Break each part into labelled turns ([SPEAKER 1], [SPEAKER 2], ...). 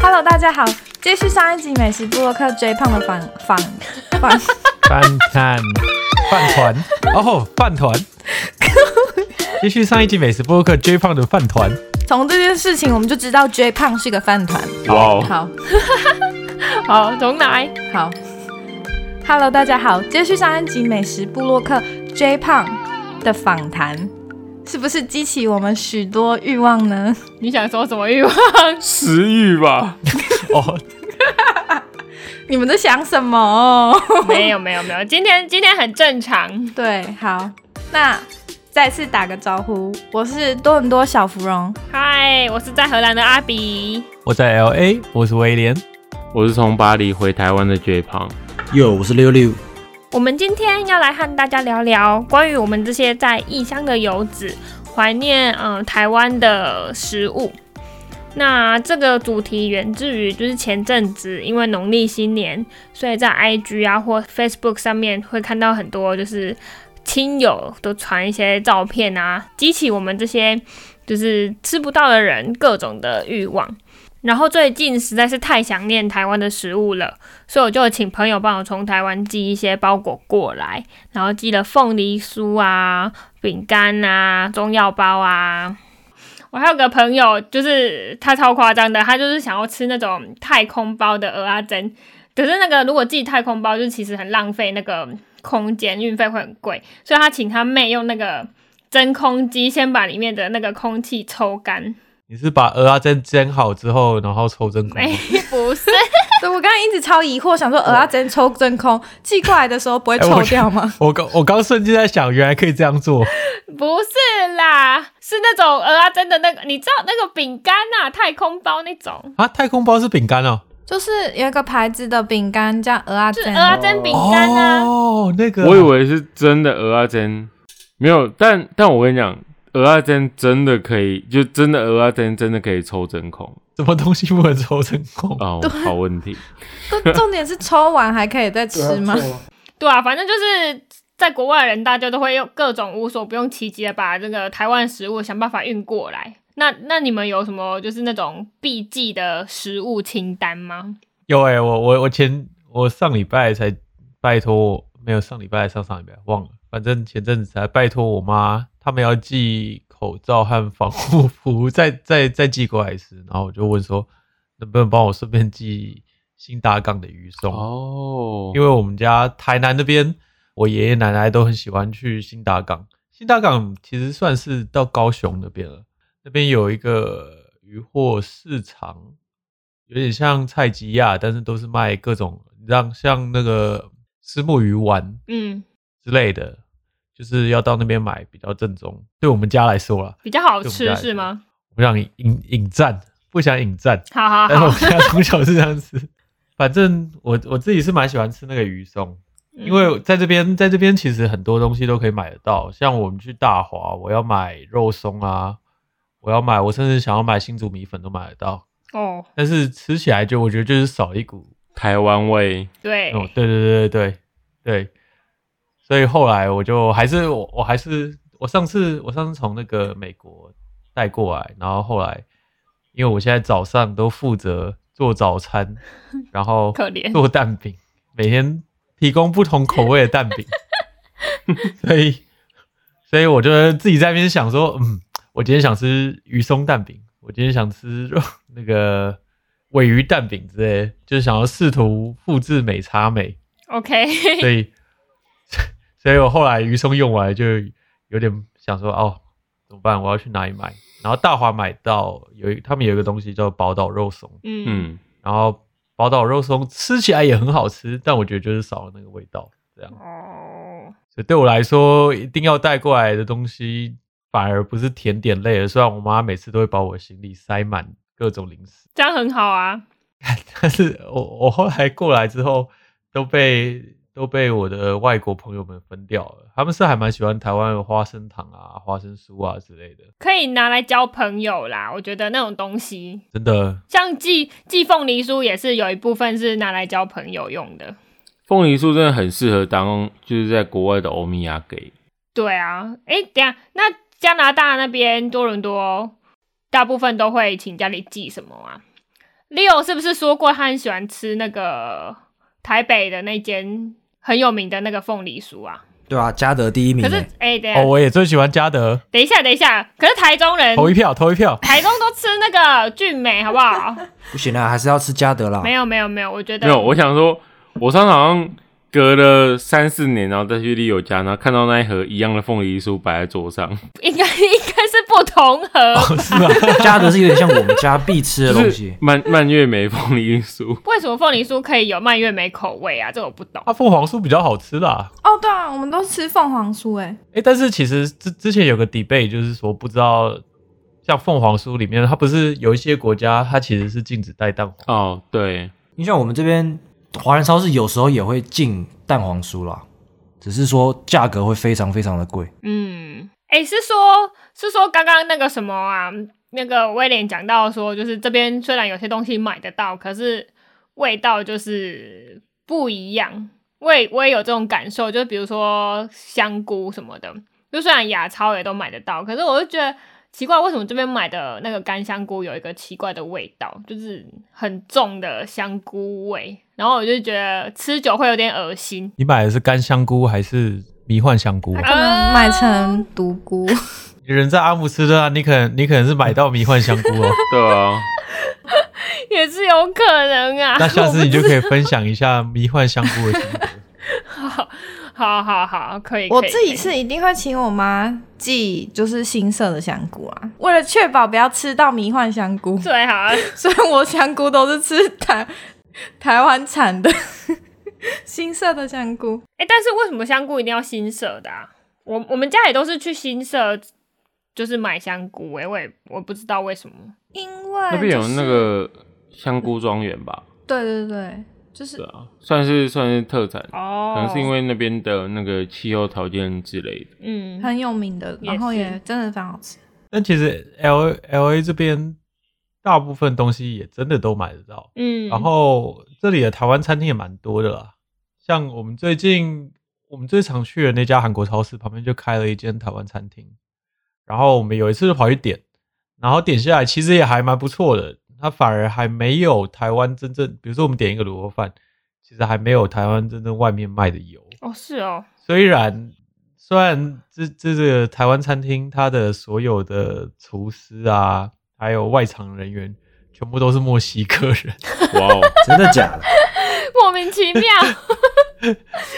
[SPEAKER 1] Hello，大家好，继续上一集美食部落客追胖的访访访，
[SPEAKER 2] 翻看饭团哦，饭团。继续上一集美食播客 J 胖的饭团，
[SPEAKER 1] 从这件事情我们就知道追胖是个饭团。
[SPEAKER 2] 哇、哦，
[SPEAKER 1] 好
[SPEAKER 3] 好，重来。
[SPEAKER 1] 好，Hello，大家好，继续上一集美食部落客追胖的访谈，是不是激起我们许多欲望呢？
[SPEAKER 3] 你想说什么欲望？
[SPEAKER 4] 食欲吧，
[SPEAKER 2] 哦，
[SPEAKER 1] 你们在想什么？
[SPEAKER 3] 没有没有没有，今天今天很正常。
[SPEAKER 1] 对，好，那再次打个招呼，我是多伦多小芙蓉。
[SPEAKER 3] 嗨，我是在荷兰的阿比。
[SPEAKER 2] 我在 L A，我是威廉，
[SPEAKER 4] 我是从巴黎回台湾的 J 胖，
[SPEAKER 5] 哟，我是六六，
[SPEAKER 3] 我们今天要来和大家聊聊关于我们这些在异乡的游子怀念嗯、呃台湾的食物。那这个主题源自于就是前阵子因为农历新年，所以在 IG 啊或 Facebook 上面会看到很多就是亲友都传一些照片啊，激起我们这些就是吃不到的人各种的欲望。然后最近实在是太想念台湾的食物了，所以我就请朋友帮我从台湾寄一些包裹过来，然后寄了凤梨酥啊、饼干啊、中药包啊。我还有个朋友，就是他超夸张的，他就是想要吃那种太空包的鹅阿珍，可是那个如果寄太空包，就其实很浪费那个空间，运费会很贵，所以他请他妹用那个真空机先把里面的那个空气抽干。
[SPEAKER 2] 你是把鹅啊蒸煎好之后，然后抽真空吗
[SPEAKER 3] 没，哎不是，
[SPEAKER 1] 对，我刚才一直超疑惑，想说鹅啊真抽真空寄过来的时候不会
[SPEAKER 2] 哎
[SPEAKER 1] 臭
[SPEAKER 2] 我
[SPEAKER 1] 掉吗？
[SPEAKER 2] 我刚我刚瞬间在想，原来可以这样做。
[SPEAKER 3] 不是啦，是那种鹅啊真的那个，你知道那个饼干呐、太空包那种，
[SPEAKER 2] 啊，太空包是饼干哦，
[SPEAKER 1] 就是有一个牌子的饼干叫鹅啊
[SPEAKER 3] 就是
[SPEAKER 1] 珍
[SPEAKER 3] 鹅，啊蒸饼干啊。
[SPEAKER 2] 哦，那个啊、
[SPEAKER 4] 我以为是真的鹅阿珍，没有，但但我跟你讲，鹅阿珍真的可以，就真的鹅阿珍真的可以抽真空
[SPEAKER 2] 什么东西不能抽真空？
[SPEAKER 4] 哦，好问题，
[SPEAKER 1] 重重点是抽完还可以再吃 吗？
[SPEAKER 3] 对啊，反正就是在国外的人，大家都会用各种无所不用其极的把这个台湾食物想办法运过来。那那你们有什么就是那种必记的食物清单吗？
[SPEAKER 2] 有哎、我我我前我上礼拜才拜托我，没有上礼拜上上礼拜忘了，反正前阵子才拜托我妈，他们要寄口罩和防护服， 再再再寄过来吃，然后我就问说能不能帮我顺便寄新大港的鱼松，
[SPEAKER 4] 哦，
[SPEAKER 2] 因为我们家台南那边我爷爷奶奶都很喜欢去新大港，新大港其实算是到高雄那边了，那边有一个渔货市场，有点像菜吉亚，但是都是卖各种让像那个石目鱼丸
[SPEAKER 3] 嗯，
[SPEAKER 2] 之类的，就是要到那边买比较正宗。对我们家来说啦，
[SPEAKER 3] 比较好
[SPEAKER 2] 对我
[SPEAKER 3] 吃
[SPEAKER 2] 们家也是
[SPEAKER 3] 是吗？
[SPEAKER 2] 我不想引引战，不哎想引战，
[SPEAKER 3] 好好
[SPEAKER 2] 但是我
[SPEAKER 3] 啊好，
[SPEAKER 2] 们家从小是这样吃。反正我我自己是蛮喜欢吃那个鱼松，
[SPEAKER 3] 嗯
[SPEAKER 2] 因为在这边，在这边其实很多东西都可以买得到，像我们去大华，我要买肉松啊，我要买，我甚至想要买新竹米粉都买得到，
[SPEAKER 3] 哦，
[SPEAKER 2] 但是吃起来就我觉得就是少一股
[SPEAKER 4] 台湾味，
[SPEAKER 3] 对，
[SPEAKER 2] 哦，对对对对对对，所以后来我就还是我我还是我上次我上次从那个美国带过来，然后后来因为我现在早上都负责做早 餐，然后
[SPEAKER 3] 可怜
[SPEAKER 2] 做蛋饼，每天提供不同口味的蛋 饼，所以所以我就自己在那边想说，嗯，我今天想吃鱼松蛋饼，我今天想吃肉那个尾鱼蛋饼之类的，就是想要试图复制美差美，
[SPEAKER 3] OK，
[SPEAKER 2] 所以 所以我后来鱼松用完就有点想说，哦，怎么办？我要去哪里买？然后大华买到有一他们有一个东西叫宝岛肉松，
[SPEAKER 3] 嗯，
[SPEAKER 4] 嗯，
[SPEAKER 2] 然后宝岛肉松吃起来也很好吃，但我觉得就是少了那个味道，这样。
[SPEAKER 3] 哦，
[SPEAKER 2] 所以对我来说，一定要带过来的东西反而不是甜点类的。虽然我妈每次都会把我行李塞满各种零食，
[SPEAKER 3] 这样很好啊。
[SPEAKER 2] 但是我我后来过来之后，都被都被我的外国朋友们分掉了。他们是还蛮喜欢台湾的花生糖啊、花生酥啊之类的，
[SPEAKER 3] 可以拿来交朋友啦，我觉得那种东西，
[SPEAKER 2] 真的。
[SPEAKER 3] 像寄寄凤梨酥也是有一部分是拿来交朋友用的。
[SPEAKER 4] 凤梨酥真的很适合当就是在国外的欧米亚给，
[SPEAKER 3] 对啊，诶，等一下，那加拿大那边多伦多大部分都会请家里寄什么啊？ Leo 是不是说过他很喜欢吃那个台北的那间很有名的那个凤梨酥啊？
[SPEAKER 5] 对啊，嘉德第一名
[SPEAKER 3] 可是
[SPEAKER 5] 欸，
[SPEAKER 3] 哎、等一下、
[SPEAKER 2] 哦，我哦也最喜欢嘉德，
[SPEAKER 3] 等一下，等一下，可是台中人
[SPEAKER 2] 投一票，投一票。
[SPEAKER 3] 台中都吃那个俊美，好不好？
[SPEAKER 5] 不行啊，还是要吃嘉德啦。
[SPEAKER 3] 没有没 有没有，我觉得
[SPEAKER 4] 没有，我想说，我上次好像隔了三四年，然后再去丽友家，然后看到那一盒一样的凤梨酥摆在桌上，
[SPEAKER 3] 应该应该是不同盒，
[SPEAKER 2] 哦，是吗？
[SPEAKER 5] 嘉德是有点像我们家必吃的
[SPEAKER 4] 就
[SPEAKER 5] 东
[SPEAKER 4] 是
[SPEAKER 5] 西，
[SPEAKER 4] 蔓蔓越莓凤梨酥。
[SPEAKER 3] 为什么凤梨酥可以有蔓越莓口味啊？这我不懂。
[SPEAKER 2] 它凤凰酥比较好吃啦。
[SPEAKER 1] 哦，对啊，我们都吃凤凰酥哎、
[SPEAKER 2] 哎，但是其实之之前有个 debate，就是说不知道像凤凰酥里面，它不是有一些国家它其实是禁止带蛋黄，
[SPEAKER 4] 哦，对，
[SPEAKER 5] 你像我们这边华人超市有时候也会进蛋黄酥啦，只是说价格会非常非常的贵。
[SPEAKER 3] 嗯，哎、是说，是说刚刚那个什么啊，那个威廉讲到说，就是这边虽然有些东西买得到，可是味道就是不一样。我也我也有这种感受，就比如说香菇什么的，就虽然亚超也都买得到，可是我就觉得奇怪，为什么这边买的那个干香菇有一个奇怪的味道，就是很重的香菇味，然后我就觉得吃久会有点恶心。
[SPEAKER 2] 你买的是干香菇还是迷幻香菇啊、
[SPEAKER 1] 他可能买成独孤，
[SPEAKER 2] 你 人在阿姆斯特丹，你可能你可能是买到迷幻香菇哦。
[SPEAKER 4] 对啊，
[SPEAKER 3] 也是有可能 啊。
[SPEAKER 2] 那下
[SPEAKER 3] 我不
[SPEAKER 2] 次你就
[SPEAKER 3] 知
[SPEAKER 2] 可以分享一下迷幻香菇的心得。
[SPEAKER 3] 好，好，好，好，可以。
[SPEAKER 1] 我
[SPEAKER 3] 可以
[SPEAKER 1] 自己
[SPEAKER 3] 可以
[SPEAKER 1] 是一定会请我妈寄就是新色的香菇啊，为了确保不要吃到迷幻香菇，
[SPEAKER 3] 最好啊，
[SPEAKER 1] 所以我香菇都是吃台台湾产的 新色的香菇。
[SPEAKER 3] 哎、但是为什么香菇一定要新色的啊？我我们家也都是去新色，就是买香菇、欸。哎，我也我不知道为什么。
[SPEAKER 1] 因为、
[SPEAKER 4] 那边有那，个香菇庄园吧？
[SPEAKER 1] 对对对，就是
[SPEAKER 4] 对啊，算是算是特产，
[SPEAKER 3] 哦
[SPEAKER 4] 可能是因为那边的那个气候条件之类的。
[SPEAKER 3] 嗯，
[SPEAKER 1] 很有名的，然后
[SPEAKER 3] 也
[SPEAKER 1] 也
[SPEAKER 3] 是
[SPEAKER 1] 真的非常好吃。
[SPEAKER 2] 但其实 L L A 这边大部分东西也真的都买得到，
[SPEAKER 3] 嗯，
[SPEAKER 2] 然后这里的台湾餐厅也蛮多的啦。像我们最近我们最常去的那家韩国超市旁边就开了一间台湾餐厅，然后我们有一次就跑去点，然后点下来其实也还蛮不错的，它反而还没有台湾真正，比如说我们点一个卤肉饭，其实还没有台湾真正外面卖的油。
[SPEAKER 3] 哦是哦，
[SPEAKER 2] 虽然虽然这这这个台湾餐厅，它的所有的厨师啊，还有外场人员，全部都是墨西哥 人，
[SPEAKER 4] 哇哦，
[SPEAKER 5] 真的假的？
[SPEAKER 3] 莫名其妙。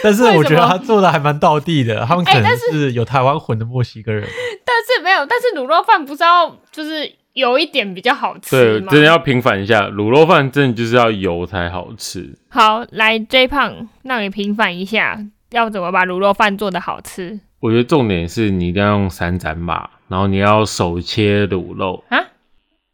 [SPEAKER 2] 但是
[SPEAKER 3] 为什么
[SPEAKER 2] 我觉得他做的还蛮到地的，他们可
[SPEAKER 3] 哎
[SPEAKER 2] 能
[SPEAKER 3] 但
[SPEAKER 2] 是有台湾魂的墨西哥人。
[SPEAKER 3] 但是没有，但是卤肉饭不知道就是有一点比较好吃
[SPEAKER 4] 对，
[SPEAKER 3] 吗？
[SPEAKER 4] 真的要平反一下，卤肉饭真的就是要油才好吃。
[SPEAKER 3] 好来 J 胖，让你平反一下，要怎么把卤肉饭做的好吃
[SPEAKER 4] 我觉得重点是你一定要用三斩码，然后你要手切卤肉，
[SPEAKER 3] 啊？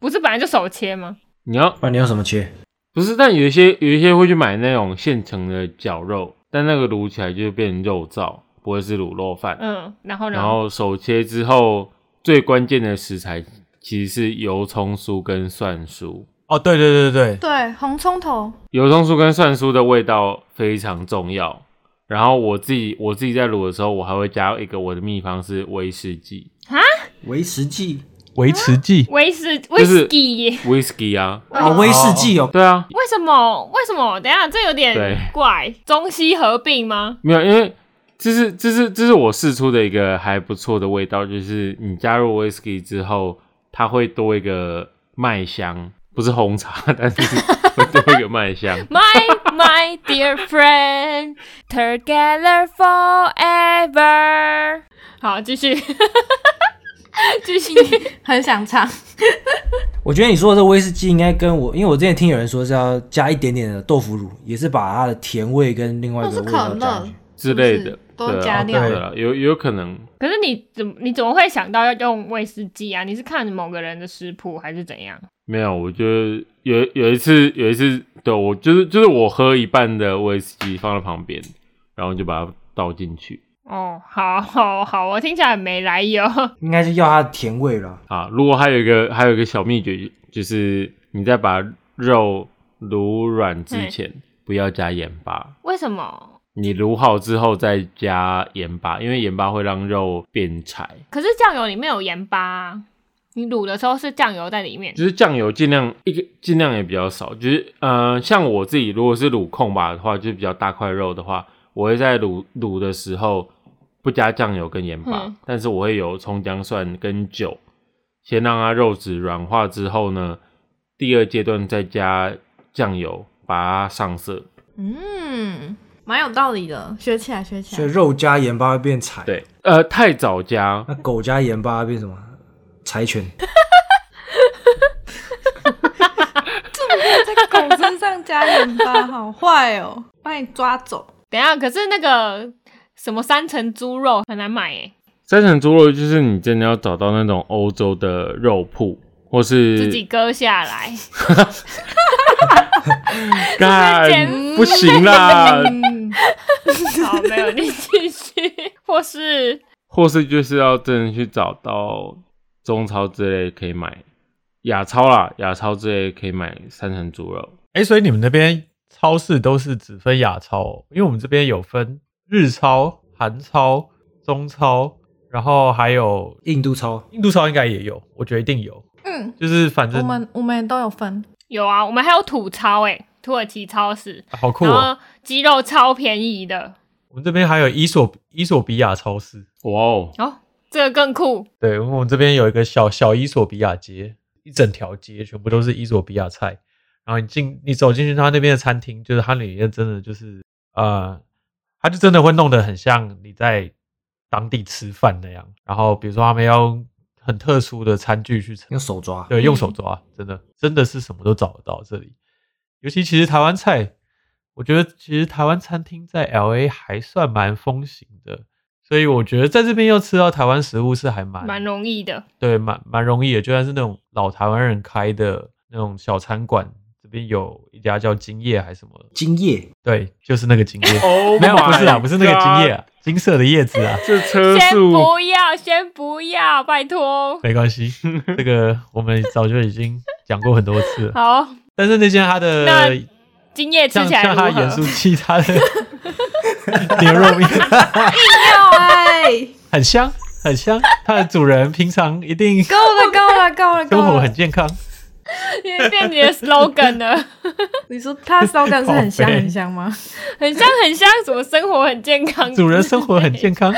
[SPEAKER 3] 不是本来就手切吗？
[SPEAKER 4] 你要
[SPEAKER 5] 不然你用什么切？
[SPEAKER 4] 不是，但有一些有一些会去买那种现成的绞肉，但那个卤起来就会变成肉燥，不会是卤肉饭。
[SPEAKER 3] 嗯，然后呢？
[SPEAKER 4] 然后手切之后，最关键的食材其实是油葱酥跟蒜酥。
[SPEAKER 2] 哦，对对对对，
[SPEAKER 1] 对，红葱头，
[SPEAKER 4] 油葱酥跟蒜酥的味道非常重要。然后我自己我自己在卤的时候，我还会加一个我的秘方是威士忌
[SPEAKER 5] 维持剂
[SPEAKER 2] 维持剂。
[SPEAKER 3] 威士威
[SPEAKER 4] 就是
[SPEAKER 3] 士忌耶，
[SPEAKER 4] （whisky） 啊，
[SPEAKER 5] 啊，威士忌哦，
[SPEAKER 4] 对啊，
[SPEAKER 3] 为什么？为什么？等一下，这有
[SPEAKER 4] 对
[SPEAKER 3] 点怪，中西合并吗？
[SPEAKER 4] 没有，因为这是这是这是我试出的一个还不错的味道，就是你加入 whisky 之后，它会多一个麦香，不是红茶， 但是会多一个麦香。
[SPEAKER 3] My my dear friend, together forever。好，继续， 继续。
[SPEAKER 1] 很想唱。
[SPEAKER 5] 我觉得你说的这威士忌应该跟我，因为我之前听有人说是要加一点点的豆腐乳，也是把它的甜味跟另外一
[SPEAKER 1] 或
[SPEAKER 3] 哦
[SPEAKER 5] 个
[SPEAKER 1] 是
[SPEAKER 5] 味
[SPEAKER 1] 可
[SPEAKER 5] 道加进去。
[SPEAKER 4] 之类的，
[SPEAKER 1] 都
[SPEAKER 4] 对啊
[SPEAKER 1] 加
[SPEAKER 2] 料
[SPEAKER 4] 对啊，有有可能，
[SPEAKER 3] 可是你怎么你怎么会想到要用威士忌啊？你是看某个人的食谱还是怎样？
[SPEAKER 4] 没有，我觉得有有一次有一次，对我就是就是我喝一半的威士忌放在旁边，然后就把它倒进去
[SPEAKER 3] 哦，好好好，我听起来很没来 由。
[SPEAKER 5] 应该是要它的甜味啦。
[SPEAKER 4] 啊。如果还有一个还有一个小秘诀，就是你在把肉卤软之前，不要加盐巴。
[SPEAKER 3] 为什么？
[SPEAKER 4] 你卤好之后再加盐巴，因为盐巴会让肉变柴。
[SPEAKER 3] 可是酱油里面有盐巴啊、你卤的时候是酱油在里面，
[SPEAKER 4] 就是酱油尽量一个尽量也比较少，就是呃，像我自己如果是卤控吧的话，就是比较大块肉的话，我会在卤卤的时候不加酱油跟盐巴，
[SPEAKER 3] 嗯
[SPEAKER 4] 但是我会有葱姜蒜跟酒，先让它肉质软化之后呢，第二阶段再加酱油把它上色。
[SPEAKER 1] 嗯，蛮有道理的，学起来，学起
[SPEAKER 5] 所以
[SPEAKER 1] 来。
[SPEAKER 5] 肉加盐巴会变柴，
[SPEAKER 4] 对，呃，太早加
[SPEAKER 5] 那狗加盐巴会变什么？柴犬。
[SPEAKER 1] 在狗身上加盐巴，好坏哦，把你抓走。
[SPEAKER 3] 等一下，可是那个什么三层猪肉很难买诶，
[SPEAKER 4] 三层猪肉，就是你真的要找到那种欧洲的肉铺，或
[SPEAKER 2] 嗯
[SPEAKER 4] 是
[SPEAKER 3] 自己割 下来，
[SPEAKER 4] 干
[SPEAKER 3] 剪嗯
[SPEAKER 4] 不 行啦，
[SPEAKER 1] 嗯，
[SPEAKER 3] 好，没有，你继续，或是
[SPEAKER 4] 或是就是要真的去找到中超之类可以买，亚超啦，亚超之类可以买三层猪肉。
[SPEAKER 2] 哎、所以你们那边超市都是只分亚超哦、因为我们这边有分日超、韩超、中超，然后还有
[SPEAKER 5] 印度超，
[SPEAKER 2] 印度超，应该也有，我觉得一定有。
[SPEAKER 1] 嗯，
[SPEAKER 2] 就是反
[SPEAKER 1] 我
[SPEAKER 2] 正、
[SPEAKER 1] 们我们也都有分，
[SPEAKER 3] 有啊，我们还有土超诶，土耳其超市，
[SPEAKER 2] 啊好酷
[SPEAKER 3] 然
[SPEAKER 2] 哦、
[SPEAKER 3] 后鸡肉超便宜的
[SPEAKER 2] 我们这边还有伊索伊索比亚超市，
[SPEAKER 4] 哇哦，，
[SPEAKER 3] 哦，这个更酷，
[SPEAKER 2] 对，我们这边有一个小小伊索比亚街，一整条街全部都是伊索比亚菜。然后你进你走进去他那边的餐厅，就是它里面真的就是呃，它就真的会弄得很像你在当地吃饭那样。然后比如说他们要用很特殊的餐具去盛
[SPEAKER 5] 用手抓。
[SPEAKER 2] 对，用手抓，真的真的是什么都找得到这里。尤其其实台湾菜，我觉得其实台湾餐厅在 L A 还算蛮风行的，所以我觉得在这边要吃到台湾食物是还蛮
[SPEAKER 3] 蛮容易的，
[SPEAKER 2] 对蛮蛮容易的，就算是那种老台湾人开的那种小餐馆，这边有一家叫金叶还是什么，
[SPEAKER 5] 精液，
[SPEAKER 2] 对，就是那个金叶
[SPEAKER 4] 哦，
[SPEAKER 2] 没有
[SPEAKER 3] ，Oh
[SPEAKER 2] 不是啊，不是那个金叶、，啊，金色的叶子啊，
[SPEAKER 4] 这车
[SPEAKER 3] 先
[SPEAKER 4] 速
[SPEAKER 3] 不要，先不要，拜托，
[SPEAKER 2] 没关系，这个我们早就已经讲过很多次了。
[SPEAKER 3] 好，
[SPEAKER 2] 但是那间它的
[SPEAKER 3] 那今夜吃
[SPEAKER 2] 像
[SPEAKER 3] 起来
[SPEAKER 2] 像他
[SPEAKER 3] 如
[SPEAKER 2] 盐
[SPEAKER 3] 何？
[SPEAKER 2] 酥鸡，他的 牛肉面
[SPEAKER 1] 哎，
[SPEAKER 2] 很香很香，它的主人平常一 定
[SPEAKER 1] 够了够了够了
[SPEAKER 2] 生
[SPEAKER 1] 够
[SPEAKER 2] 活
[SPEAKER 1] 了
[SPEAKER 2] 很。健康。
[SPEAKER 3] 因为变你的 slogan 了，
[SPEAKER 1] 你说它烧干是很香
[SPEAKER 2] 宝贝
[SPEAKER 1] 很香吗？
[SPEAKER 3] 很像很像什么生活很健康，
[SPEAKER 2] 主人生活很健康，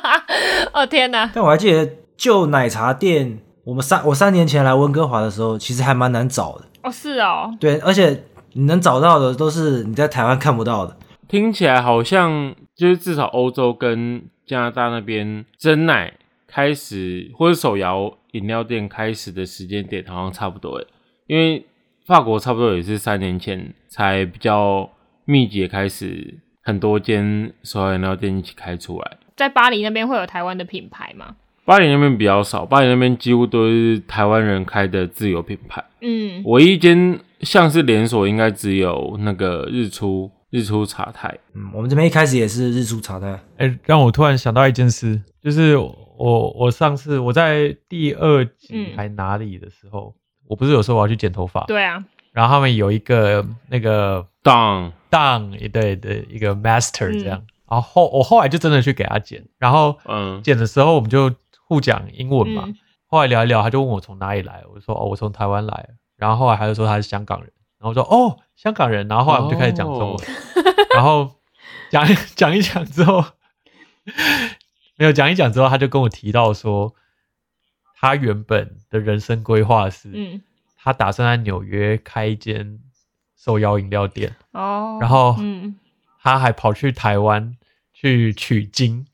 [SPEAKER 3] 哦天哪，
[SPEAKER 5] 但我还记得就奶茶店，我们三我三年前来温哥华的时候，其实还蛮难找的。
[SPEAKER 3] 哦是哦，
[SPEAKER 5] 对，而且你能找到的都是你在台湾看不到的。
[SPEAKER 4] 听起来好像就是至少欧洲跟加拿大那边真奶开始或者手摇饮料店开始的时间点好像差不多诶，因为法国差不多也是三年前才比较密集地开始很多间手摇饮料店一起开出来。
[SPEAKER 3] 在巴黎那边会有台湾的品牌吗？
[SPEAKER 4] 巴黎那边比较少，巴黎那边几乎都是台湾人开的自有品牌。
[SPEAKER 3] 嗯，
[SPEAKER 4] 唯一一间像是连锁，应该只有那个日出日出茶台。
[SPEAKER 5] 嗯，我们这边一开始也是日出茶太，
[SPEAKER 2] 哎、让我突然想到一件事，就是我我上次我在第二集
[SPEAKER 3] 嗯
[SPEAKER 2] 还哪里的时候，我不是有说我要去剪头发，
[SPEAKER 3] 对啊，
[SPEAKER 2] 然后他们有一个那个
[SPEAKER 4] Down，
[SPEAKER 2] 当一对的一个 master 这
[SPEAKER 3] 嗯
[SPEAKER 2] 样，然后我后来就真的去给他剪，然后
[SPEAKER 4] 嗯，
[SPEAKER 2] 剪的时候我们就互讲英文嘛，
[SPEAKER 3] 嗯
[SPEAKER 2] 后来聊一聊，他就问我从哪里来，我就说哦，我从台湾来。然后后来他就说他是香港人，然后我说哦，香港人。然后后来我们就开始讲中文，
[SPEAKER 4] 哦
[SPEAKER 2] 然后讲讲一讲之后，没有讲一讲之后，他就跟我提到说，他原本的人生规划是，
[SPEAKER 3] 嗯，
[SPEAKER 2] 他打算在纽约开一间手摇饮料店，
[SPEAKER 3] 哦，
[SPEAKER 2] 然后
[SPEAKER 3] 嗯，
[SPEAKER 2] 他还跑去台湾去取经，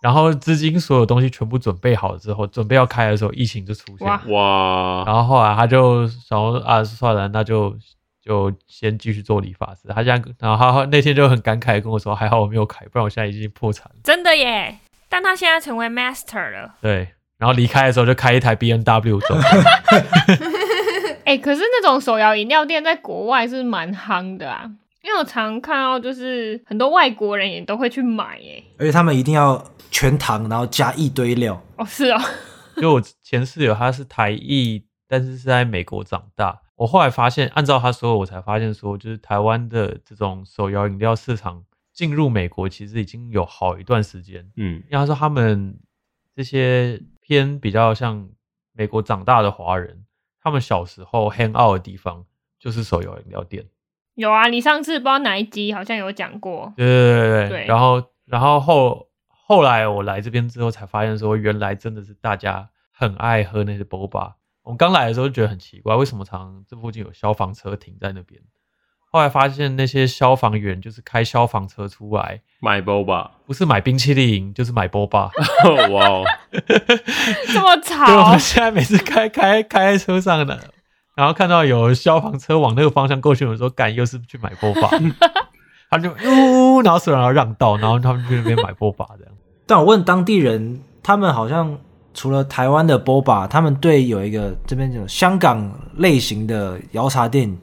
[SPEAKER 2] 然后资金所有东西全部准备好之后，准备要开的时候，疫情就出现了
[SPEAKER 3] 哇。
[SPEAKER 4] 哇，
[SPEAKER 2] 然后后来他就想说啊，算了，那就就先继续做理发师。他这样，然后他那天就很感慨地跟我说，还好我没有开，不然我现在已经破产了。
[SPEAKER 3] 真的耶，但他现在成为 master 了，
[SPEAKER 2] 对，然后离开的时候就开一台 B N W 走。
[SPEAKER 3] 哎、可是那种手摇饮料店在国外是蛮夯的啊，因为我常看到就是很多外国人也都会去买，哎，
[SPEAKER 5] 而且他们一定要全糖，然后加一堆料。
[SPEAKER 3] 哦是哦，
[SPEAKER 2] 就我前室友他是台裔，但是是在美国长大。我后来发现，按照他说，我才发现说，就是台湾的这种手摇饮料市场进入美国，其实已经有好一段时间。
[SPEAKER 4] 嗯，
[SPEAKER 2] 因为他说他们这些偏比较像美国长大的华人，他们小时候 hang out 的地方就是手摇饮料店。
[SPEAKER 3] 有啊，你上次不知道哪一集好像有讲过，
[SPEAKER 2] 对对对对
[SPEAKER 3] 对
[SPEAKER 2] 然后然后后后来我来这边之后才发现说，原来真的是大家很爱喝那些 boba。我们刚来的时候觉得很奇怪，为什么常常这附近有消防车停在那边？后来发现那些消防员就是开消防车出来，
[SPEAKER 4] 买包吧，
[SPEAKER 2] 不是买冰淇淋就是买 boba。
[SPEAKER 4] 哇哦，
[SPEAKER 3] 这么
[SPEAKER 2] 对，我
[SPEAKER 3] 吵
[SPEAKER 2] 们，现在每次开开开在车上的，然后看到有消防车往那个方向过去，我说干，又是去买波霸，他们就呜，然后所有人要让道，然后他们去那边买波霸这样。
[SPEAKER 5] 但我问当地人，他们好像除了台湾的 boba，他们对有一个这边有香港类型的摇茶店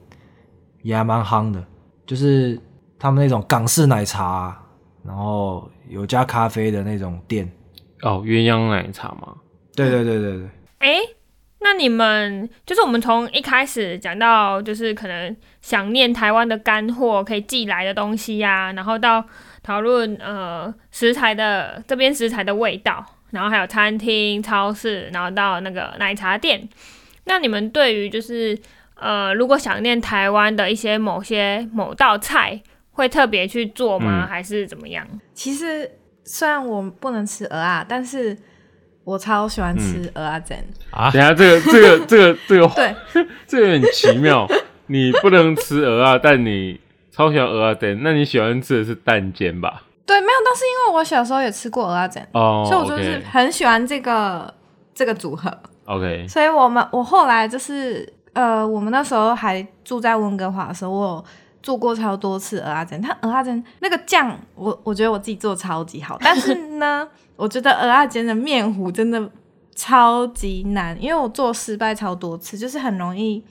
[SPEAKER 5] 也还蛮夯的，就是他们那种港式奶茶，啊然后有加咖啡的那种店。
[SPEAKER 4] 哦，鸳鸯奶茶吗？
[SPEAKER 5] 对对对对对，
[SPEAKER 3] 哎、那你们就是我们从一开始讲到，就是可能想念台湾的干货可以寄来的东西呀、然后到讨论呃食材的这边食材的味道，然后还有餐厅、超市，然后到那个奶茶店。那你们对于就是呃，如果想念台湾的一些某些某道菜，会特别去做吗？
[SPEAKER 4] 嗯
[SPEAKER 3] 还是怎么样？
[SPEAKER 1] 其实虽然我不能吃鹅啊，但是我超喜欢吃鹅啊煎。
[SPEAKER 2] 啊
[SPEAKER 4] 等，一下这个这个这个这个
[SPEAKER 1] 对，
[SPEAKER 4] 这个很奇妙，你不能吃鹅啊，但你超喜欢鹅啊蛋，那你喜欢吃的是蛋煎吧？
[SPEAKER 1] 对，没有，但是因为我小时候也吃过鹅啊煎，
[SPEAKER 4] 哦，
[SPEAKER 1] 所以我就是很喜欢这个这个组合。
[SPEAKER 4] OK，
[SPEAKER 1] 所以我们我后来就是呃，我们那时候还住在温哥华的时候，我有做过超多次鹅阿珍，它鹅阿珍那个酱，我我觉得我自己做超级好，但是呢，我觉得鹅阿珍的面糊真的超级难，因为我做失败超多次，就是很容易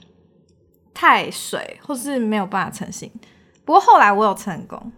[SPEAKER 1] 太水，或是没有办法成型。不过后来我有成功，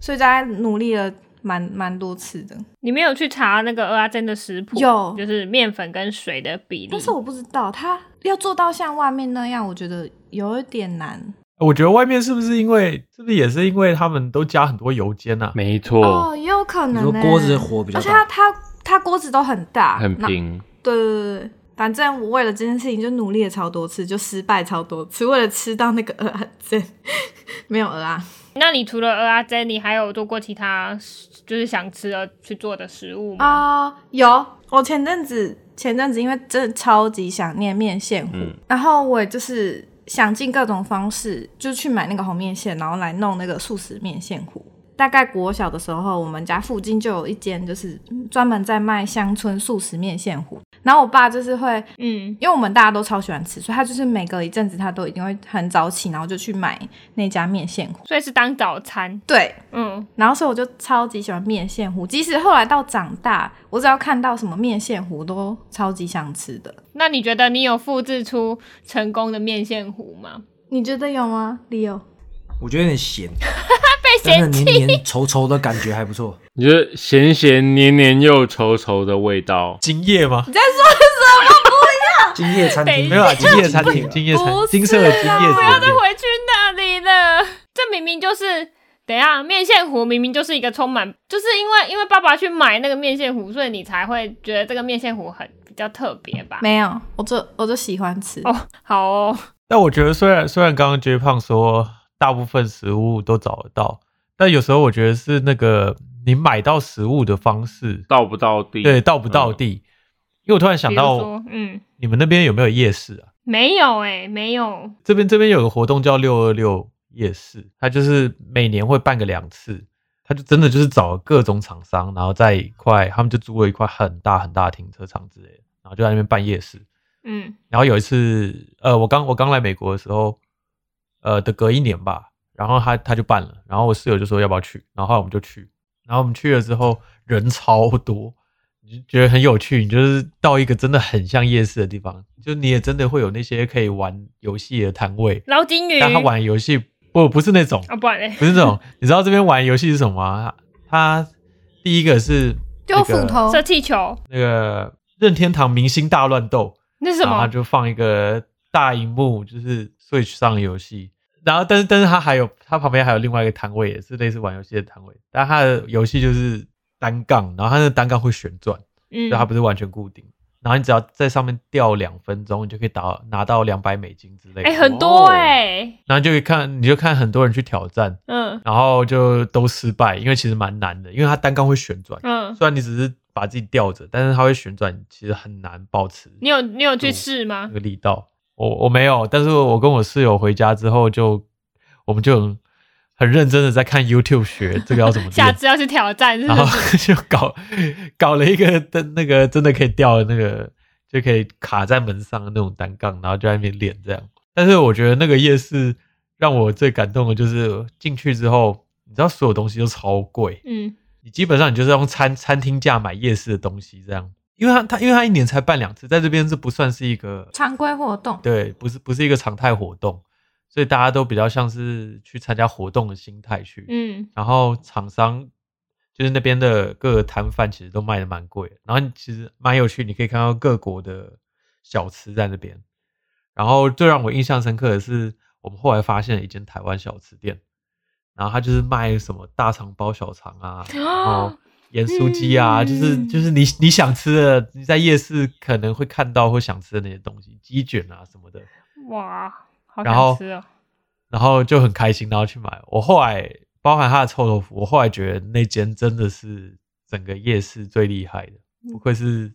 [SPEAKER 1] 所以大家努力了蛮蛮多次的。
[SPEAKER 3] 你没有去查那个阿珍的食谱，
[SPEAKER 1] 有
[SPEAKER 3] 就是面粉跟水的比例。
[SPEAKER 1] 但是我不知道，它要做到像外面那样，我觉得有一点难。
[SPEAKER 2] 我觉得外面是不是因为是不是也是因为他们都加很多油煎啊？
[SPEAKER 4] 没错，
[SPEAKER 1] 哦，也有可
[SPEAKER 5] 你
[SPEAKER 1] 能、
[SPEAKER 5] 说
[SPEAKER 1] 欸。
[SPEAKER 5] 锅子火比较
[SPEAKER 1] 而且它
[SPEAKER 5] 大，
[SPEAKER 1] 它它锅子都很大，
[SPEAKER 4] 很
[SPEAKER 1] 那。
[SPEAKER 4] 平，
[SPEAKER 1] 对对对对，反正我为了这件事情就努力了超多次，就失败超多次，为了吃到那个鹅啊煎， 没有鹅啊。
[SPEAKER 3] 那你除了鹅阿珍，你还有做过其他就是想吃而去做的食物吗？
[SPEAKER 1] 啊、有，我前阵子前阵子因为真的超级想念面线糊，
[SPEAKER 4] 嗯
[SPEAKER 1] 然后我也就是想尽各种方式，就去买那个红面线，然后来弄那个素食面线糊。大概国小的时候，我们家附近就有一间，就是专门在卖乡村素食面线糊。然后我爸就是会
[SPEAKER 3] 嗯，
[SPEAKER 1] 因为我们大家都超喜欢吃，所以他就是每隔一阵子他都一定会很早起，然后就去买那家面线糊。
[SPEAKER 3] 所以是当早餐。
[SPEAKER 1] 对，
[SPEAKER 3] 嗯，
[SPEAKER 1] 然后所以我就超级喜欢面线糊，即使后来到长大，我只要看到什么面线糊都超级想吃的。
[SPEAKER 3] 那你觉得你有复制出成功的面线糊吗？
[SPEAKER 1] 你觉得有吗，Leo？
[SPEAKER 5] 我觉得有点咸，
[SPEAKER 3] 被
[SPEAKER 5] 但
[SPEAKER 3] 嫌
[SPEAKER 5] 是
[SPEAKER 3] 弃。
[SPEAKER 5] 黏黏稠稠的感觉还不错。
[SPEAKER 4] 你觉得咸咸黏黏又稠稠的味道，
[SPEAKER 2] 精液吗？
[SPEAKER 5] 今夜餐厅
[SPEAKER 2] 没有啊，精液餐厅，精液餐
[SPEAKER 1] 不，是
[SPEAKER 2] 金色的精液
[SPEAKER 3] 不啊要
[SPEAKER 2] 餐
[SPEAKER 3] 再
[SPEAKER 2] 厅。
[SPEAKER 3] 回去那里了。这明明就是，等一下面线糊明明就是一个充满，就是因为因为爸爸去买那个面线糊，所以你才会觉得这个面线糊很比较特别吧？
[SPEAKER 1] 没有，我就我就喜欢吃。
[SPEAKER 3] 哦，好哦，
[SPEAKER 2] 但我觉得虽然虽然刚刚 J 胖说大部分食物都找得到，但有时候我觉得是那个你买到食物的方式，
[SPEAKER 4] 到不到地？
[SPEAKER 2] 对，到不到
[SPEAKER 4] 嗯
[SPEAKER 2] 地。因为我突然想
[SPEAKER 3] 比如
[SPEAKER 2] 到，
[SPEAKER 3] 说，嗯，
[SPEAKER 2] 你们那边有没有夜市啊？
[SPEAKER 3] 没有哎、没有，
[SPEAKER 2] 这边这边有个活动叫六二六夜市，它就是每年会办个两次，它就真的就是找各种厂商，然后在一块，他们就租了一块很大很大的停车场之类的，然后就在那边办夜市。
[SPEAKER 3] 嗯。
[SPEAKER 2] 然后有一次，呃，我刚我刚来美国的时候，呃的隔一年吧，然后他他就办了，然后我室友就说要不要去，然后后来我们就去，然后我们去了之后人超多，你就觉得很有趣，你就是到一个真的很像夜市的地方，就你也真的会有那些可以玩游戏的摊位，
[SPEAKER 3] 捞金鱼，
[SPEAKER 2] 但他玩游戏不不是那种
[SPEAKER 3] 啊，不然嘞，
[SPEAKER 2] 不是那种， 你知道这边玩游戏是什么吗？它第一个是
[SPEAKER 1] 丢斧
[SPEAKER 2] 哦
[SPEAKER 1] 头
[SPEAKER 3] 射气球
[SPEAKER 2] 那个任天堂明星大乱斗。
[SPEAKER 3] 那是什
[SPEAKER 2] 然后他啊
[SPEAKER 3] 么？
[SPEAKER 2] 就放一个大荧幕，就是 Switch 上的游戏。然后，但是但是它还有它旁边还有另外一个摊位，也是类似玩游戏的摊位，但它的游戏就是单杠，然后它的单杠会旋转，
[SPEAKER 3] 嗯
[SPEAKER 2] 就它不是完全固定。然后你只要在上面吊两分钟，你就可以打拿到两百美金之类的。
[SPEAKER 3] 哎、很多
[SPEAKER 5] 哇哦
[SPEAKER 3] 哎、
[SPEAKER 2] 然后就可以看，你就看很多人去挑战，
[SPEAKER 3] 嗯
[SPEAKER 2] 然后就都失败，因为其实蛮难的，因为它单杠会旋转，
[SPEAKER 3] 嗯，
[SPEAKER 2] 虽然你只是把自己吊着，但是它会旋转，其实很难保持
[SPEAKER 3] 你有你有去
[SPEAKER 2] 嗯
[SPEAKER 3] 试吗
[SPEAKER 2] 那？个力道。我我没有，但是我跟我室友回家之后就，我们就很很认真的在看 YouTube 学这个要怎么
[SPEAKER 3] 下
[SPEAKER 2] 练，
[SPEAKER 3] 次要去挑 战是不
[SPEAKER 2] 然后
[SPEAKER 3] 是？
[SPEAKER 2] 就搞搞了一个的那个真的可以吊的那个，就可以卡在门上的那种单杠，然后就在那边练这样。但是我觉得那个夜市让我最感动的就是进去之后，你知道所有东西都超贵，
[SPEAKER 3] 嗯，
[SPEAKER 2] 你基本上你就是用餐餐厅价买夜市的东西这样，因为他他因为他一年才办两次，在这边这不算是一个
[SPEAKER 1] 常规活动，
[SPEAKER 2] 对，不是不是一个常态活动，所以大家都比较像是去参加活动的心态去。
[SPEAKER 3] 嗯，
[SPEAKER 2] 然后厂商就是那边的各个摊贩其实都卖的蛮贵的，然后其实蛮有趣，你可以看到各国的小吃在那边。然后最让我印象深刻的是，我们后来发现了一间台湾小吃店，然后它就是卖什么大肠包小肠啊，然后
[SPEAKER 3] 哦
[SPEAKER 2] 盐酥鸡啊，就是就是你你想吃的，你在夜市可能会看到或想吃的那些东西，鸡卷啊什么的。
[SPEAKER 3] 哇，好
[SPEAKER 2] 然后
[SPEAKER 3] 想吃哦。
[SPEAKER 2] 然后就很开心，然后去买。我后来包含他的臭豆腐，我后来觉得那间真的是整个夜市最厉害的，
[SPEAKER 3] 嗯
[SPEAKER 2] 不愧是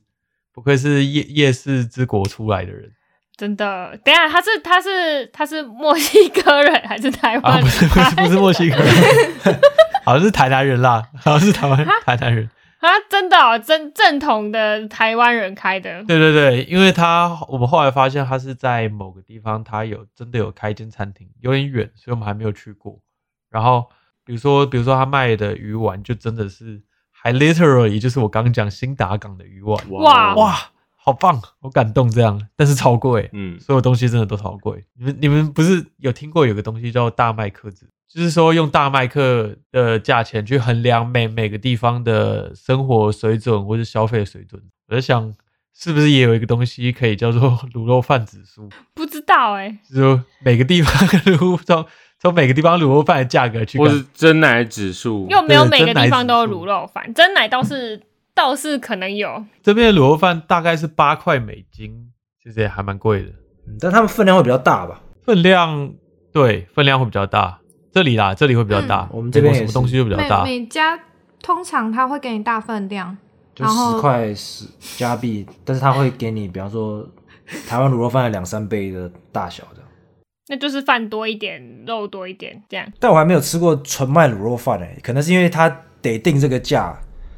[SPEAKER 2] 不愧是夜夜市之国出来的人
[SPEAKER 3] 真的，等一下他是他是他是墨西哥人还是台湾
[SPEAKER 2] 啊！
[SPEAKER 3] 人？
[SPEAKER 2] 不是不是不是墨西哥人， 好像是台南人啦，好像是台湾台南人。
[SPEAKER 3] 啊，真的哦，真正统的台湾人开的。
[SPEAKER 2] 对对对，因为他我们后来发现他是在某个地方，他有真的有开一间餐厅，有点远，所以我们还没有去过。然后比如说，比如说他卖的鱼丸，就真的是还 literally 就是我刚刚讲新达港的鱼丸，
[SPEAKER 3] 哇
[SPEAKER 2] 哇，好棒，好感动这样，但是超贵，
[SPEAKER 4] 嗯，
[SPEAKER 2] 所有东西真的都超贵。你们你们不是有听过有个东西叫大麦克制，就是说用大麦克的价钱去衡量每每个地方的生活水准或是消费水准。我在想，是不是也有一个东西可以叫做 卤肉饭指数，
[SPEAKER 3] 不知道哎、
[SPEAKER 2] 就是说每个地方的卤肉从从每个地方卤肉饭的价格去
[SPEAKER 4] 或
[SPEAKER 2] 看。
[SPEAKER 4] 是真奶指数，
[SPEAKER 3] 又没有
[SPEAKER 2] 对
[SPEAKER 3] 每个
[SPEAKER 2] 真奶
[SPEAKER 3] 地方都有
[SPEAKER 2] 指数
[SPEAKER 3] 卤肉饭，真奶倒是倒是可能有。
[SPEAKER 2] 这边的卤肉饭大概是八块美金，其实也还蛮贵的。
[SPEAKER 5] 嗯但他们分量会比较大吧？
[SPEAKER 2] 分量对分量会比较大，这里啦，这里会比较大。
[SPEAKER 5] 嗯我们这边
[SPEAKER 2] 美国什么
[SPEAKER 5] 也是
[SPEAKER 2] 东西就比较
[SPEAKER 1] 每
[SPEAKER 2] 大，
[SPEAKER 1] 每家通常他会给你大分量，
[SPEAKER 5] 就
[SPEAKER 1] 然后
[SPEAKER 5] 十块十加币，但是他会给你，比方说台湾卤肉饭的两三倍的大小的。
[SPEAKER 3] 那就是饭多一点，肉多一点，这样
[SPEAKER 5] 但我还没有吃过纯卖卤肉饭诶、可能是因为他得定这个价，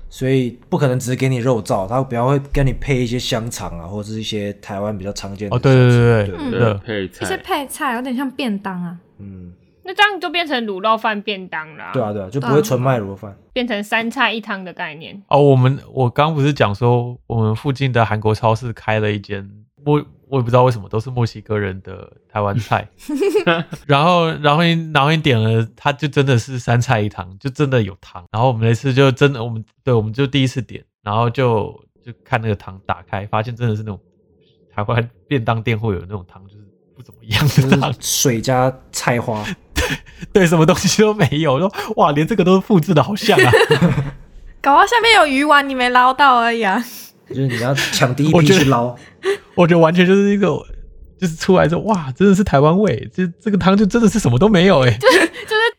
[SPEAKER 5] 所以不可能只是给你肉燥，他比方会跟你配一些香肠啊，或者是一些台湾比较常见的
[SPEAKER 2] 哦，对对
[SPEAKER 5] 小吃
[SPEAKER 2] 对对
[SPEAKER 5] 对
[SPEAKER 2] 对，
[SPEAKER 1] 嗯
[SPEAKER 2] 真
[SPEAKER 4] 对
[SPEAKER 2] 的
[SPEAKER 4] 配
[SPEAKER 1] 一些
[SPEAKER 4] 菜，
[SPEAKER 1] 配菜有点像便当啊。
[SPEAKER 5] 嗯，
[SPEAKER 3] 那这样就变成卤肉饭便当啦、
[SPEAKER 5] 对啊对啊，就不会纯卖卤肉饭。
[SPEAKER 3] 变成三菜一汤的概念。
[SPEAKER 2] 哦，我们我刚不是讲说我们附近的韩国超市开了一间墨，我也不知道为什么都是墨西哥人的台湾菜，然后然后你然后你点了，它就真的是三菜一汤，就真的有汤。然后我们那次就真的我们对我们就第一次点，然后就就看那个汤打开，发现真的是那种台湾便当店会有那种汤，就是不怎么样
[SPEAKER 5] 就
[SPEAKER 2] 的汤
[SPEAKER 5] 是。水加菜花，
[SPEAKER 2] 对，什么东西都没有，说哇，连这个都复制的好像啊！
[SPEAKER 1] 搞到下面有鱼丸，你没捞到而已啊！
[SPEAKER 5] 就是你要抢第 一
[SPEAKER 2] 我
[SPEAKER 5] 批
[SPEAKER 2] 觉得
[SPEAKER 5] 去捞，
[SPEAKER 2] 我觉得完全就是一个，就是出来之后，哇，真的是台湾味，这这个汤就真的是什么都没有哎、
[SPEAKER 3] 就是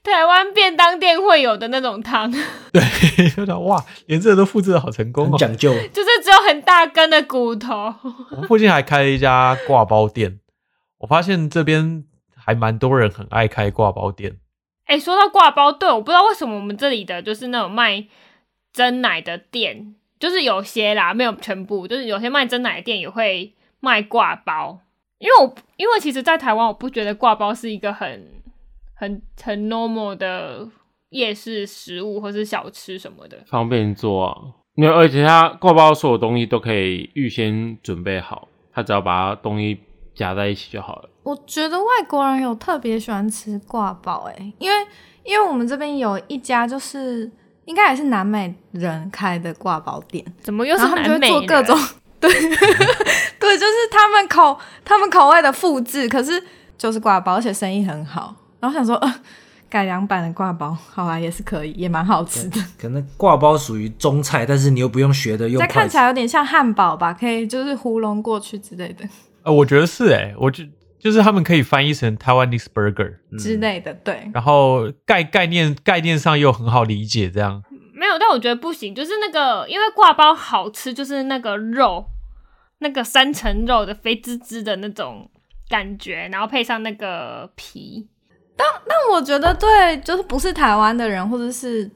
[SPEAKER 3] 台湾便当店会有的那种汤， 就
[SPEAKER 2] 对， 就想哇，连这个都复制的好成功
[SPEAKER 5] 很
[SPEAKER 2] 哦。
[SPEAKER 5] 讲究。
[SPEAKER 3] 是只有很大根的骨头。
[SPEAKER 2] 我们附近还开了一家挂包店，我发现这边还蛮多人很爱开挂包店，
[SPEAKER 3] 哎、说到挂包，对，我不知道为什么我们这里的就是那种卖真奶的店，就是有些啦，没有全部，就是有些卖真奶的店也会卖挂包。因为我因为其实，在台湾我不觉得挂包是一个很很很 normal 的夜市食物或是小吃什么的。
[SPEAKER 4] 方便做、啊。没有，而且它挂包所有东西都可以预先准备好，它只要把它东西夹在一起就好了。
[SPEAKER 1] 我觉得外国人有特别喜欢吃挂包、欸，因为因为我们这边有一家就是应该也是南美人开的挂包店，
[SPEAKER 3] 怎么又
[SPEAKER 1] 然
[SPEAKER 3] 是
[SPEAKER 1] 后他们就
[SPEAKER 3] 南
[SPEAKER 1] 会做
[SPEAKER 3] 美
[SPEAKER 1] 各 种
[SPEAKER 3] 人
[SPEAKER 1] 对对，就是他们口他们口味的复制，可是就是挂包，而且生意很好。然后想说，呃，改良版的挂包，好啊，也是可以，也蛮好吃的。
[SPEAKER 5] 可能挂包属于中菜，但是你又不用学的用
[SPEAKER 1] 但
[SPEAKER 5] 筷
[SPEAKER 1] 看起
[SPEAKER 5] 子。
[SPEAKER 1] 来有点像汉堡吧，可以就是糊弄过去之类的、
[SPEAKER 2] 呃，我觉得是哎、我就就是他们可以翻译成 Taiwanese burger，
[SPEAKER 5] 嗯
[SPEAKER 1] 之类的，对。
[SPEAKER 2] 然后概概念概念上又很好理解，这样
[SPEAKER 3] 没有，但我觉得不行，就是那个，因为挂包好吃，就是那个肉，那个三层肉的肥滋滋的那种感觉，然后配上那个皮，
[SPEAKER 1] 但我觉得对，就是不是台湾的人，或者是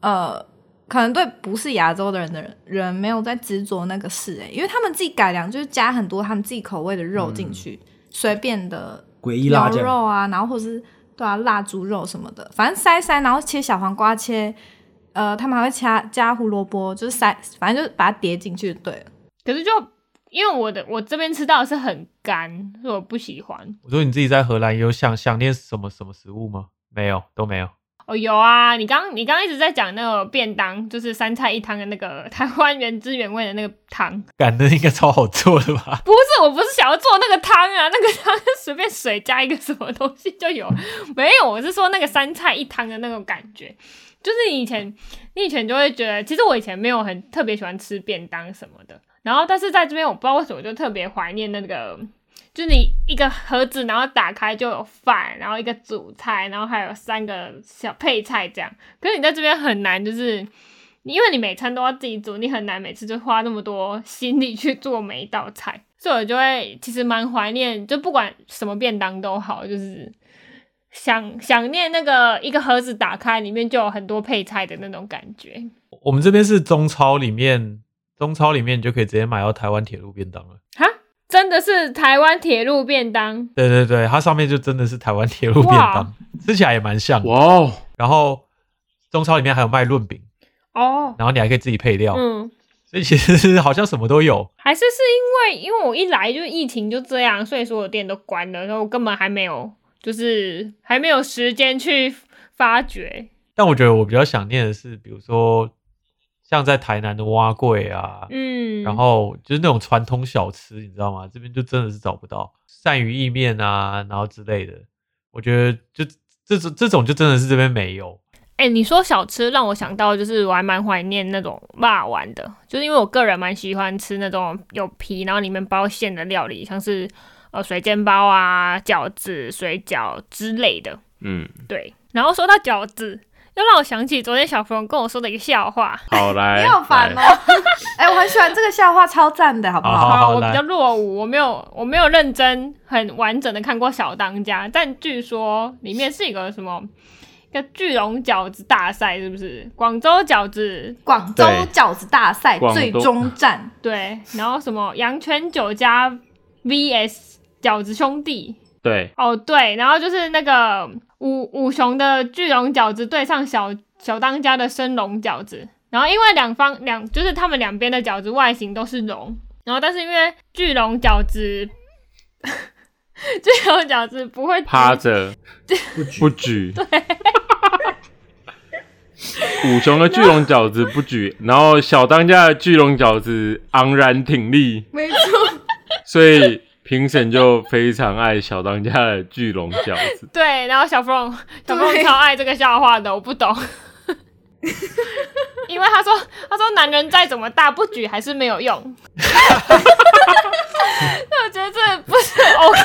[SPEAKER 1] 呃，可能对不是亚洲的人的人人没有在执着那个事、欸，因为他们自己改良就是加很多他们自己口味的肉进
[SPEAKER 5] 嗯
[SPEAKER 1] 去，随、便的
[SPEAKER 5] 诡异辣
[SPEAKER 1] 牛
[SPEAKER 5] 酱，
[SPEAKER 1] 肉啊，然后或是对啊腊猪肉什么的，反正塞一塞，然后切小黄瓜切。呃，他们还会加加胡萝卜，就是塞，反正就是把它叠进去就对了。
[SPEAKER 3] 可是就因为我的我这边吃到的是很干，所以我不喜欢。
[SPEAKER 2] 我说你自己在荷兰有想想念什么什么食物吗？没有，都没有。
[SPEAKER 3] 哦，有啊，你刚你刚一直在讲那个便当，就是三菜一汤的那个台湾原汁原味的那个汤，
[SPEAKER 2] 感的应该超好做的吧？
[SPEAKER 3] 不是，我不是想要做那个汤啊，那个汤随便水加一个什么东西就有，没有，我是说那个三菜一汤的那种感觉，就是你以前你以前就会觉得，其实我以前没有很特别喜欢吃便当什么的，然后但是在这边我不知道为什么我就特别怀念那个。就是你一个盒子，然后打开就有饭，然后一个主菜，然后还有三个小配菜这样。可是你在这边很难，就是因为你每餐都要自己煮，你很难每次就花那么多心力去做每一道菜，所以我就会其实蛮怀念，就不管什么便当都好，就是想想念那个一个盒子打开里面就有很多配菜的那种感觉。
[SPEAKER 2] 我们这边是中超里面，中超里面你就可以直接买到台湾铁路便当了。
[SPEAKER 3] 哈，真的是台湾铁路便当，
[SPEAKER 2] 对对对，它上面就真的是台湾铁路便当
[SPEAKER 3] 哇，
[SPEAKER 2] 吃起来也蛮像的。
[SPEAKER 4] 哇哦，
[SPEAKER 2] 然后中超里面还有卖润饼，
[SPEAKER 3] 哦，
[SPEAKER 2] 然后你还可以自己配料，
[SPEAKER 3] 嗯，
[SPEAKER 2] 所以其实好像什么都有。
[SPEAKER 3] 还是是因为因为我一来就疫情就这样，所以所有店都关了，然后我根本还没有就是还没有时间去发掘。
[SPEAKER 2] 但我觉得我比较想念的是，比如说像在台南的蛙柜啊，
[SPEAKER 3] 嗯，
[SPEAKER 2] 然后就是那种传统小吃，你知道吗？这边就真的是找不到鳝鱼意面啊，然后之类的。我觉得就这种这种就真的是这边没有。
[SPEAKER 3] 哎、你说小吃让我想到，就是我还蛮怀念那种辣丸的，就是因为我个人蛮喜欢吃那种有皮然后里面包馅的料理，像是呃水煎包啊、饺子、水饺之类的。
[SPEAKER 4] 嗯，
[SPEAKER 3] 对，然后说到饺子，又让我想起昨天小朋友跟我说的一个笑话。
[SPEAKER 4] 好 来，
[SPEAKER 1] 你好烦哦
[SPEAKER 4] 来！
[SPEAKER 1] 哎、啊我很喜欢这个笑话，超赞的，好不
[SPEAKER 2] 好
[SPEAKER 1] 好？
[SPEAKER 2] 好
[SPEAKER 3] 我
[SPEAKER 2] 来
[SPEAKER 3] 比较落伍，我没有我没有认真很完整的看过《小当家》，但据说里面是一个什么一个巨龙饺子大赛，是不是？广州饺子
[SPEAKER 1] 广州
[SPEAKER 4] 对
[SPEAKER 1] 饺子大赛
[SPEAKER 4] 广
[SPEAKER 1] 最
[SPEAKER 4] 东
[SPEAKER 1] 终战，
[SPEAKER 3] 对，然后什么阳泉酒家 VS 饺子兄弟，
[SPEAKER 4] 对，
[SPEAKER 3] 哦对，然后就是那个五五雄的巨龙饺子对上小小当家的生龙饺子，然后因为两方两就是他们两边的饺子外形都是龙，然后但是因为巨龙饺子。 巨龙饺子不会
[SPEAKER 4] 趴着不举，五雄的巨龙饺子不举，然后小当家的巨龙饺子昂然挺立，
[SPEAKER 1] 没错。
[SPEAKER 4] 所以评审就非常爱小当家的巨龙饺子。
[SPEAKER 3] 对，然后小凤小
[SPEAKER 1] 对
[SPEAKER 3] 凤超爱这个笑话的，我不 懂，因为他说他说男人再怎么大不举还是没有用，那我觉得这不是哦 OK，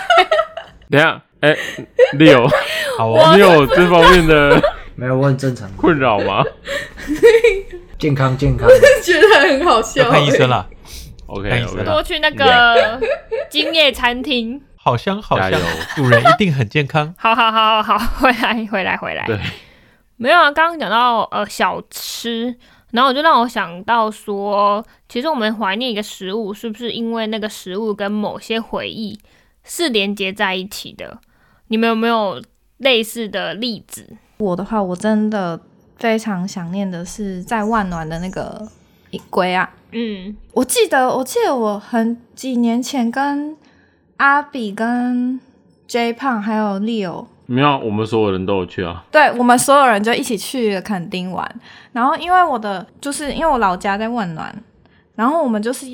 [SPEAKER 4] 等一下，哎、 六，
[SPEAKER 2] 好哦，
[SPEAKER 4] 你有这方面的
[SPEAKER 5] 没有，我很正常，
[SPEAKER 4] 困扰吗
[SPEAKER 5] 健康健康。
[SPEAKER 1] 觉得很好笑欸
[SPEAKER 2] 要看医生啦。看
[SPEAKER 4] ？OK
[SPEAKER 1] 哎
[SPEAKER 2] 医生
[SPEAKER 4] OK，
[SPEAKER 2] 啊
[SPEAKER 3] 多去那 个今夜餐厅，。
[SPEAKER 2] 好香好
[SPEAKER 4] 加
[SPEAKER 2] 香
[SPEAKER 4] 油，
[SPEAKER 2] 主人一定很健 康
[SPEAKER 3] 好好好好好，回来回来回来，
[SPEAKER 4] 对，
[SPEAKER 3] 没有啊，刚刚讲到呃小吃，然后我就让我想到说，其实我们怀念一个食物，是不是因为那个食物跟某些回忆是连接在一起的？你们有没有类似的例子？
[SPEAKER 1] 我的话，我真的非常想念的是在万暖的那个一龟啊。
[SPEAKER 3] 嗯，
[SPEAKER 1] 我记得，我记得我很几年前跟阿比、跟 J 胖还有 Leo，
[SPEAKER 4] 没有啊，我们所有人都有去啊。
[SPEAKER 1] 对我们所有人就一起去垦丁玩。然后因为我的就是因为我老家在万暖，然后我们就是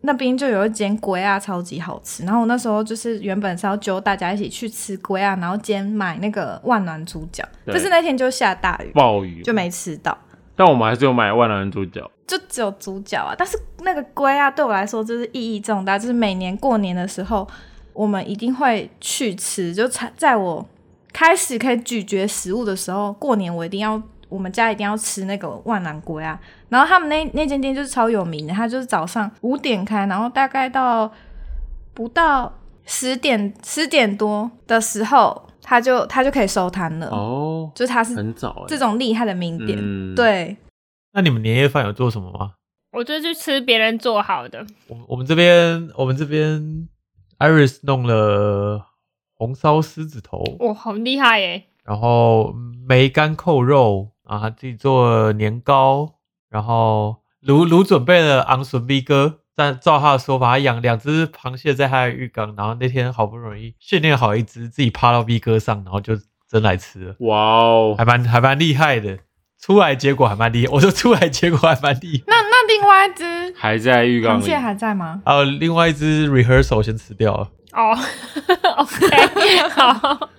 [SPEAKER 1] 那边就有一间龟啊，超级好吃。然后我那时候就是原本是要揪大家一起去吃龟啊，然后兼买那个万暖猪脚，
[SPEAKER 4] 对
[SPEAKER 1] 但是那天就下大雨，
[SPEAKER 4] 暴雨，
[SPEAKER 1] 就没吃到，
[SPEAKER 4] 但我们还是有买万能猪脚，
[SPEAKER 1] 就只有猪脚啊。但是那个龟啊，对我来说就是意义重大，就是每年过年的时候，我们一定会去吃。就才在我开始可以咀嚼食物的时候，过年我一定要。我们家一定要吃那个万南龟啊，然后他们那那间店就是超有名的，它就是早上五点开，然后大概到不到十点十点多的时候，它就它就可以收摊了。
[SPEAKER 4] 哦，
[SPEAKER 1] 就它是
[SPEAKER 4] 很早哎、
[SPEAKER 1] 这种厉害的名店，
[SPEAKER 4] 嗯
[SPEAKER 1] 对，
[SPEAKER 2] 那你们年夜饭有做什么吗？
[SPEAKER 3] 我就去吃别人做好 的，
[SPEAKER 2] 我我们这边我们这边 Iris 弄了红烧狮子头，
[SPEAKER 3] 哇，哦好厉害耶！
[SPEAKER 2] 然后梅干扣肉啊，自己做年糕，然后卢卢准备了昂笋逼哥，但照他的说法，他养两只螃蟹在他的浴缸，然后那天好不容易训练好一只，自己趴到逼哥上，然后就真来吃了，
[SPEAKER 4] 哇哦
[SPEAKER 2] 还，蛮还蛮厉害的。出来结果还蛮厉害，我说出来结果还蛮厉害。
[SPEAKER 1] 那那另外一只
[SPEAKER 4] 还在浴缸
[SPEAKER 1] 螃
[SPEAKER 4] 里，
[SPEAKER 1] 蟹还在吗？
[SPEAKER 2] 还有另外一只 rehearsal 先吃掉了。
[SPEAKER 3] 哦，OK，好，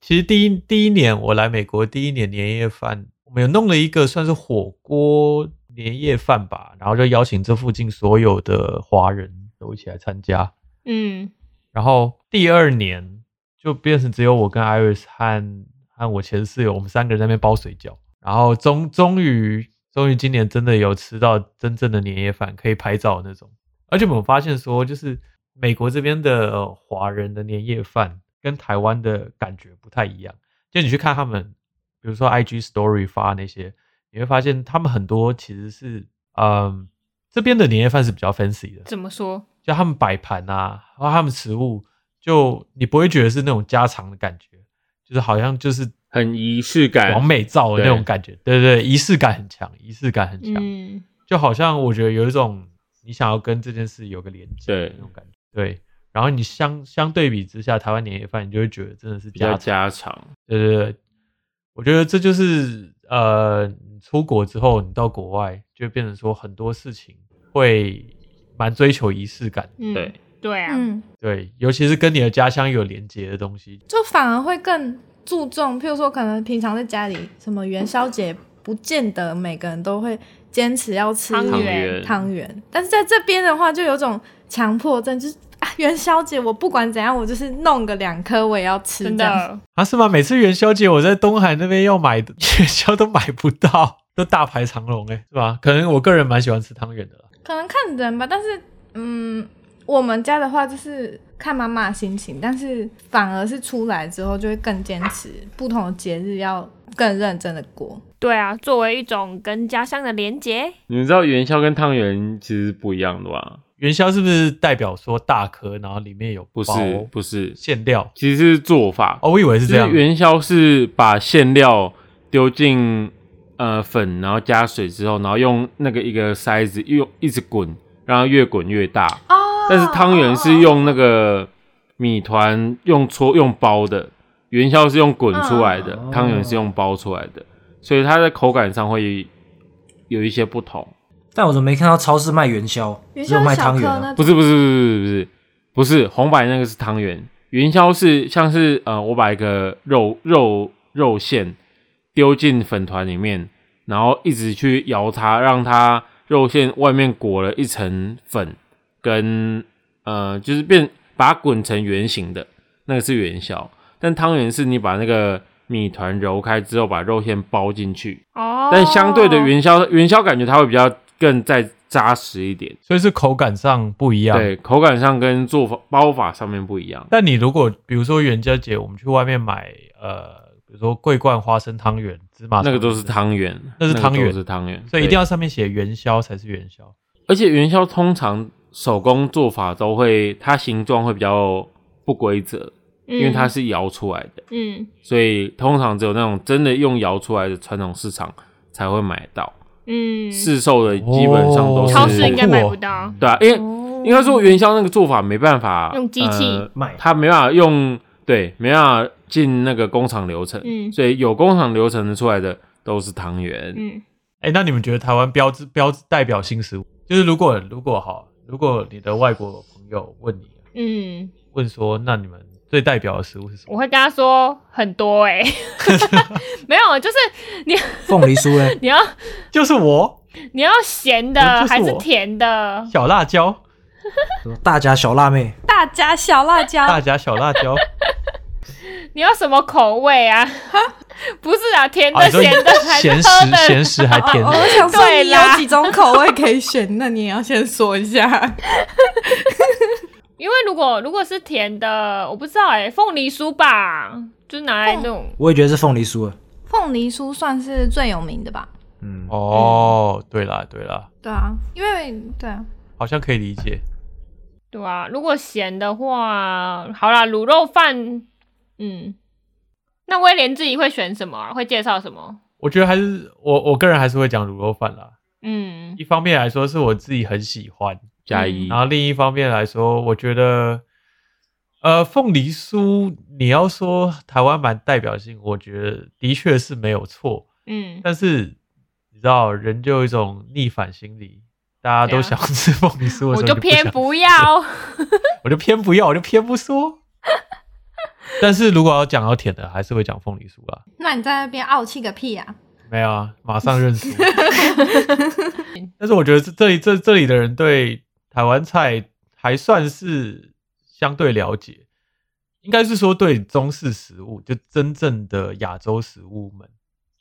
[SPEAKER 2] 其实第一第一年我来美国第一年年夜饭，我们有弄了一个算是火锅年夜饭吧，然后就邀请这附近所有的华人都一起来参加。
[SPEAKER 3] 嗯，
[SPEAKER 2] 然后第二年就变成只有我跟 Iris 和和我前室友，我们三个人在那边包水饺。然后终终于终于今年真的有吃到真正的年夜饭，可以拍照的那种。而且我们发现说，就是美国这边的呃华人的年夜饭跟台湾的感觉不太一样。就你去看他们，比如说 IG Story 发那些，你会发现他们很多其实是嗯。这边的年夜饭是比较 fancy 的，
[SPEAKER 3] 怎么说？
[SPEAKER 2] 就他们摆盘啊，然后他们食物，就你不会觉得是那种家常的感觉，就是好像就是
[SPEAKER 4] 很仪式感，
[SPEAKER 2] 完美照的那种感觉，对对对，仪式感很强，仪式感很强，
[SPEAKER 3] 嗯，
[SPEAKER 2] 就好像我觉得有一种你想要跟这件事有个连接
[SPEAKER 4] 对
[SPEAKER 2] 的那种感觉，对。然后你相相对比之下，台湾年夜饭你就会觉得真的是
[SPEAKER 4] 比较
[SPEAKER 2] 家常，
[SPEAKER 4] 家常，
[SPEAKER 2] 对对对，我觉得这就是呃，你出国之后你到国外就会变成说很多事情会蛮追求仪式感的，
[SPEAKER 3] 嗯
[SPEAKER 4] 对，
[SPEAKER 3] 对啊，
[SPEAKER 1] 嗯，
[SPEAKER 2] 对，尤其是跟你的家乡有连接的东西，
[SPEAKER 1] 就反而会更注重，譬如说，可能平常在家里什么元宵节，不见得每个人都会坚持要吃
[SPEAKER 3] 汤
[SPEAKER 4] 汤
[SPEAKER 3] 圆
[SPEAKER 4] 圆，
[SPEAKER 1] 汤圆，但是在这边的话，就有种强迫症，就是啊，元宵节我不管怎样，我就是弄个两颗我也要吃，
[SPEAKER 3] 真
[SPEAKER 1] 这样
[SPEAKER 3] 的，
[SPEAKER 2] 啊，是吗？每次元宵节我在东海那边要买 元宵都买不到，都大排长龙哎、是吧？可能我个人蛮喜欢吃汤圆的啦。
[SPEAKER 1] 可能看人吧，但是嗯，我们家的话就是看妈妈的心情，但是反而是出来之后就会更坚持，不同的节日要更认真的过。
[SPEAKER 3] 对啊，作为一种跟家乡的连结，
[SPEAKER 4] 你们知道元宵跟汤圆其实是不一样的吧？
[SPEAKER 2] 元宵是不是代表说大颗，然后里面有
[SPEAKER 4] 不
[SPEAKER 2] 包
[SPEAKER 4] 是，不是，
[SPEAKER 2] 馅料？
[SPEAKER 4] 哦其实是做法。
[SPEAKER 2] 哦，我以为是
[SPEAKER 4] 就
[SPEAKER 2] 这样
[SPEAKER 4] 是。元宵是把馅料丢进呃粉，然后加水之后，然后用那个一个筛子用一直滚，然后越滚越大。
[SPEAKER 1] 哦
[SPEAKER 4] 但是汤圆是用那个米团用搓用包的，元宵是用滚出来的
[SPEAKER 5] 哦，
[SPEAKER 4] 汤圆是用包出来的，所以它的口感上会有一些不同。
[SPEAKER 5] 但我怎么没看到超市卖元宵，
[SPEAKER 1] 元
[SPEAKER 5] 只有
[SPEAKER 1] 宵
[SPEAKER 5] 卖
[SPEAKER 1] 小
[SPEAKER 5] 汤
[SPEAKER 1] 颗
[SPEAKER 5] 圆
[SPEAKER 1] 那种
[SPEAKER 5] 啊？
[SPEAKER 4] 不是不是不是不是不是红白那个是汤圆，元宵是像是呃，我把一个肉肉肉馅丢进粉团里面，然后一直去摇它，让它肉馅外面裹了一层粉，跟呃就是变把它滚成圆形的，那个是元宵。但汤圆是你把那个米团揉开之后，把肉馅包进去，
[SPEAKER 3] 哦，
[SPEAKER 4] 但相对的元宵元宵感觉它会比较更再扎实一点。
[SPEAKER 2] 所以是口感上不一样。
[SPEAKER 4] 对，口感上跟做法包法上面不一样。
[SPEAKER 2] 但你如果比如说元宵节，我们去外面买呃，比如说桂冠花生汤圆、芝麻
[SPEAKER 4] 那个
[SPEAKER 2] 汤
[SPEAKER 4] 都
[SPEAKER 2] 圆
[SPEAKER 4] 是，汤圆，
[SPEAKER 2] 那是
[SPEAKER 4] 个
[SPEAKER 2] 汤圆
[SPEAKER 4] 都是汤圆，
[SPEAKER 2] 所以一定
[SPEAKER 4] 对。
[SPEAKER 2] 要上面写元宵才是元宵。
[SPEAKER 4] 而且元宵通常手工做法都会，它形状会比较不规则，
[SPEAKER 3] 嗯，
[SPEAKER 4] 因为它是摇出来的，
[SPEAKER 3] 嗯
[SPEAKER 4] 所以通常只有那种真的用摇出来的传统市场才会买到，
[SPEAKER 3] 嗯，
[SPEAKER 4] 市售的基本上都
[SPEAKER 2] 哦
[SPEAKER 4] 是
[SPEAKER 3] 超市应该
[SPEAKER 2] 好酷哦
[SPEAKER 3] 买不到，
[SPEAKER 4] 对啊，因为应该说元宵那个做法没办法
[SPEAKER 3] 用机器
[SPEAKER 4] 呃
[SPEAKER 5] 卖
[SPEAKER 4] 它没办法用，对，没办法进那个工厂流程，
[SPEAKER 3] 嗯
[SPEAKER 4] 所以有工厂流程的出来的都是汤圆，
[SPEAKER 3] 嗯
[SPEAKER 2] 哎、那你们觉得台湾标志标志代表性食物，就是如果如果哈，如果你的外国朋友问你，
[SPEAKER 3] 嗯，
[SPEAKER 2] 问说，那你们最代表的食物是什
[SPEAKER 3] 我
[SPEAKER 2] 么？
[SPEAKER 3] 会跟他说很 多哎、欸，没有，就是你，
[SPEAKER 5] 凤梨酥嘞
[SPEAKER 3] 你要
[SPEAKER 2] 就是我
[SPEAKER 3] 你要咸的
[SPEAKER 2] 嗯我就是
[SPEAKER 3] 还是
[SPEAKER 2] 我
[SPEAKER 3] 甜的？
[SPEAKER 2] 小辣椒，
[SPEAKER 5] 什么大家小辣妹，
[SPEAKER 1] 大家小辣椒，
[SPEAKER 2] 大家小辣椒。
[SPEAKER 3] 啊你要什么口味啊？ 不是啊，甜
[SPEAKER 2] 啊，
[SPEAKER 3] 的、
[SPEAKER 2] 你说
[SPEAKER 3] 咸的还是
[SPEAKER 2] 咸
[SPEAKER 3] 喝
[SPEAKER 2] 食、
[SPEAKER 3] 的？
[SPEAKER 2] 咸食还甜
[SPEAKER 1] 哦
[SPEAKER 2] 的，
[SPEAKER 1] 我想说
[SPEAKER 3] 对
[SPEAKER 1] 你
[SPEAKER 3] 啦
[SPEAKER 1] 有几种口味可以选，那你也要先说一下。
[SPEAKER 3] 因为如果如果是甜的，我不知道哎、凤梨酥吧，就是拿来那种
[SPEAKER 5] 我也觉得是凤梨酥了。
[SPEAKER 1] 凤梨酥算是最有名的吧？
[SPEAKER 5] 嗯，
[SPEAKER 2] 哦，对啦对啦，
[SPEAKER 1] 对啊，因为对啊，
[SPEAKER 2] 好像可以理解。
[SPEAKER 3] 对啊，如果咸的话，好啦，卤肉饭，嗯，那威廉自己会选什么啊、会介绍什么？
[SPEAKER 2] 我觉得还是我我个人还是会讲卤肉饭啦。
[SPEAKER 3] 嗯
[SPEAKER 2] 一方面来说是我自己很喜欢，
[SPEAKER 4] 加一
[SPEAKER 2] 然，后另一方面来说，我觉得呃凤梨酥，你要说台湾蛮代表性，我觉得的确是没有错。
[SPEAKER 3] 嗯，
[SPEAKER 2] 但是你知道，人就有一种逆反心理，大家都
[SPEAKER 3] 对啊
[SPEAKER 2] 想吃凤梨酥的时候，你
[SPEAKER 3] 我就
[SPEAKER 2] 就
[SPEAKER 3] 偏
[SPEAKER 2] 想
[SPEAKER 3] 不
[SPEAKER 2] 吃
[SPEAKER 3] 要，
[SPEAKER 2] 我就偏不要，我就偏不 说。但是如果要讲到甜的，还是会讲凤梨酥啦。
[SPEAKER 1] 那你在那边傲气个屁啊！
[SPEAKER 2] 没有啊，马上认输。但是我觉得这这里这这里的人对台湾菜还算是相对了解，应该是说对中式食物，就真正的亚洲食物们，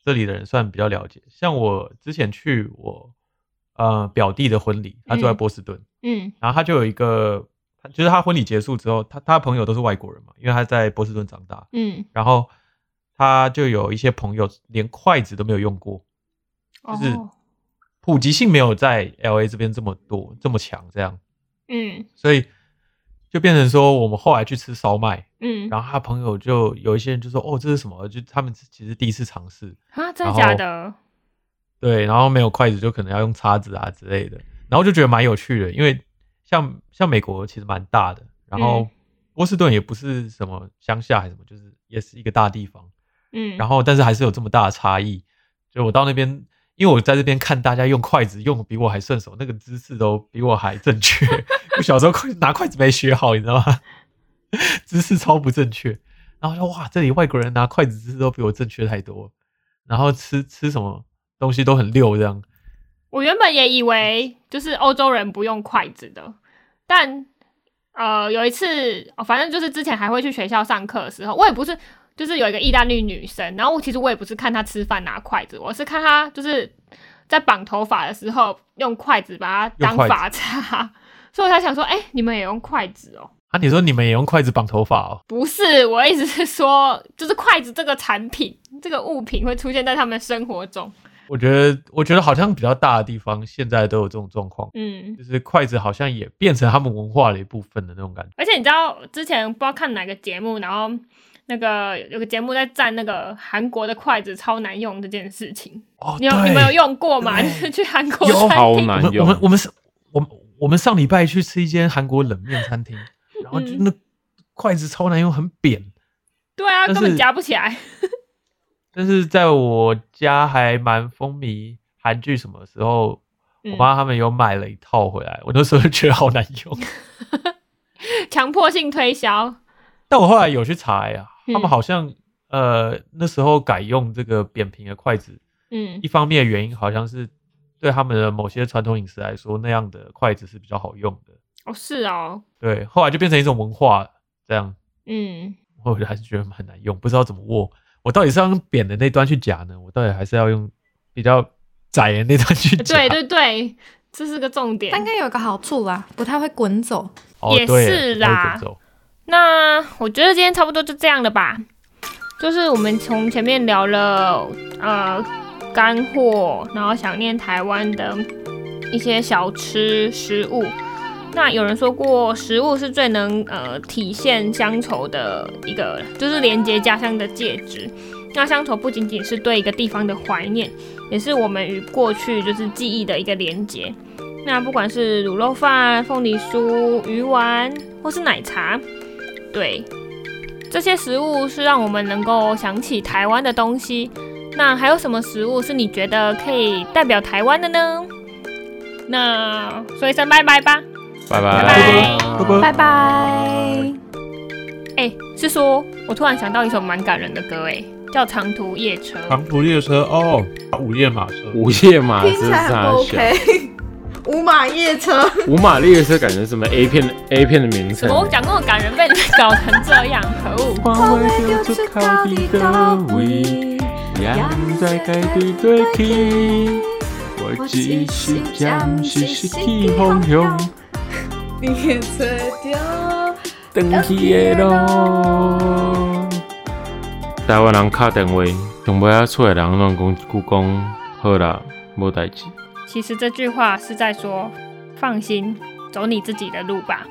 [SPEAKER 2] 这里的人算比较了解。像我之前去我呃表弟的婚礼，他住在
[SPEAKER 3] 嗯
[SPEAKER 2] 波士顿，
[SPEAKER 3] 嗯
[SPEAKER 2] 然后他就有一个，他就是他婚礼结束之后，他他朋友都是外国人嘛，因为他在波士顿长大，
[SPEAKER 3] 嗯，
[SPEAKER 2] 然后他就有一些朋友连筷子都没有用过，就是
[SPEAKER 3] 哦，
[SPEAKER 2] 普及性没有在 L A 这边这么多这么强，这样，
[SPEAKER 3] 嗯
[SPEAKER 2] 所以就变成说我们后来去吃烧麦，
[SPEAKER 3] 嗯，
[SPEAKER 2] 然后他朋友就有一些人就说哦这是什么，就他们其实第一次尝试，
[SPEAKER 3] 啊，真的
[SPEAKER 2] 然
[SPEAKER 3] 假
[SPEAKER 2] 后
[SPEAKER 3] 的？
[SPEAKER 2] 对，然后没有筷子就可能要用叉子啊之类的，然后就觉得蛮有趣的，因为像像美国其实蛮大的，然后
[SPEAKER 3] 嗯
[SPEAKER 2] 波士顿也不是什么乡下还是什么，就是也是一个大地方，
[SPEAKER 3] 嗯，
[SPEAKER 2] 然后但是还是有这么大的差异，所以我到那边，因为我在这边看大家用筷子用得比我还顺手，那个姿势都比我还正确，我小时候筷拿筷子没学好，你知道吗？ 姿势超不正确，然后说哇，这里外国人拿筷子姿势都比我正确太多了，然后吃吃什么东西都很溜这样。
[SPEAKER 3] 我原本也以为就是欧洲人不用筷子的，但呃有一次、哦反正就是之前还会去学校上课的时候，我也不是就是有一个意大利女生，然后我其实我也不是看她吃饭拿筷子，我是看她就是在绑头发的时候用筷子把它当
[SPEAKER 2] 用筷子
[SPEAKER 3] 发叉，所以我才想说，哎、你们也用筷子哦？
[SPEAKER 2] 啊，你说你们也用筷子绑头发哦？
[SPEAKER 3] 不是，我的意思是说，就是筷子这个产品这个物品会出现在他们生活中，
[SPEAKER 2] 我觉得，我觉得好像比较大的地方现在都有这种状况，
[SPEAKER 3] 嗯。
[SPEAKER 2] 就是筷子好像也变成他们文化的一部分的那种感觉。
[SPEAKER 3] 而且你知道之前不知道看哪个节目，然后那个有个节目在赞那个韩国的筷子超难用这件事情，
[SPEAKER 2] 哦，
[SPEAKER 3] 你有
[SPEAKER 2] 对
[SPEAKER 3] 你们有用过吗？就
[SPEAKER 2] 对
[SPEAKER 3] 是 去韩国
[SPEAKER 2] 有
[SPEAKER 3] 餐
[SPEAKER 4] 超
[SPEAKER 3] 厅，
[SPEAKER 4] 难
[SPEAKER 2] 我们我
[SPEAKER 4] 用
[SPEAKER 2] 们。我们是，我们我们上礼拜去吃一间韩国冷面餐 厅，然后就
[SPEAKER 3] 嗯
[SPEAKER 2] 那筷子超难用，很扁。
[SPEAKER 3] 对啊，
[SPEAKER 2] 但
[SPEAKER 3] 根
[SPEAKER 2] 是
[SPEAKER 3] 本夹不起来。
[SPEAKER 2] 但是在我家还蛮风靡韩剧什么的时候，
[SPEAKER 3] 嗯
[SPEAKER 2] 我妈他们有买了一套回来，我那时候就觉得好难 用。
[SPEAKER 3] 强迫性推销，
[SPEAKER 2] 但我后来有去查呀、
[SPEAKER 3] 嗯
[SPEAKER 2] 他们好像呃那时候改用这个扁平的筷子，
[SPEAKER 3] 嗯
[SPEAKER 2] 一方面的原因好像是对他们的某些传统饮食来说，那样的筷子是比较好用的。
[SPEAKER 3] 哦是哦，
[SPEAKER 2] 对，后来就变成一种文化这样。
[SPEAKER 3] 嗯，
[SPEAKER 2] 我还是觉得很难用，不知道怎么握。我到底是要用扁的那端去夹呢？我到底还是要用比较窄的那端去夹？
[SPEAKER 3] 对对对，这是个重点
[SPEAKER 1] 但。应该有个好处啦，不太会滚走。
[SPEAKER 2] 哦、
[SPEAKER 3] 也
[SPEAKER 2] 对
[SPEAKER 3] 是啦
[SPEAKER 2] 不太会滚走
[SPEAKER 3] 那我觉得今天差不多就这样了吧。就是我们从前面聊了呃干货，然后想念台湾的一些小吃食物。那有人说过，食物是最能呃体现乡愁的一个，就是连接家乡的介质。那乡愁不仅仅是对一个地方的怀念，也是我们与过去就是记忆的一个连接。那不管是卤肉饭、凤梨酥、鱼丸，或是奶茶，对，这些食物是让我们能够想起台湾的东西。那还有什么食物是你觉得可以代表台湾的呢？那说一声拜拜吧。
[SPEAKER 4] 拜
[SPEAKER 3] 拜
[SPEAKER 4] 拜
[SPEAKER 3] 拜。
[SPEAKER 2] 拜拜
[SPEAKER 1] 拜拜。
[SPEAKER 3] 哎、是说，我突然想到一首蛮感人的歌，哎，叫《长途夜车》。
[SPEAKER 2] 长途列车哦，午夜马车，
[SPEAKER 4] 午夜马
[SPEAKER 1] 听
[SPEAKER 4] 这
[SPEAKER 1] 起
[SPEAKER 4] 是
[SPEAKER 1] 来很
[SPEAKER 4] 啥
[SPEAKER 1] 不
[SPEAKER 4] 小？
[SPEAKER 1] OK。五马夜车，
[SPEAKER 4] 五马列车感觉是什么 A 片 A 片的名
[SPEAKER 3] 怎
[SPEAKER 4] 称？
[SPEAKER 3] 么我讲那么感人，被你们搞成这样，可恶！
[SPEAKER 4] 我要出到底到位，也不知该对对去。我只是暂时失去方向，
[SPEAKER 1] 你也吹掉。
[SPEAKER 4] 回去的路。台湾人敲电话，上尾仔厝的人拢讲一句讲好啦，无代志。
[SPEAKER 3] 其实这句话是在说，放心，走你自己的路吧。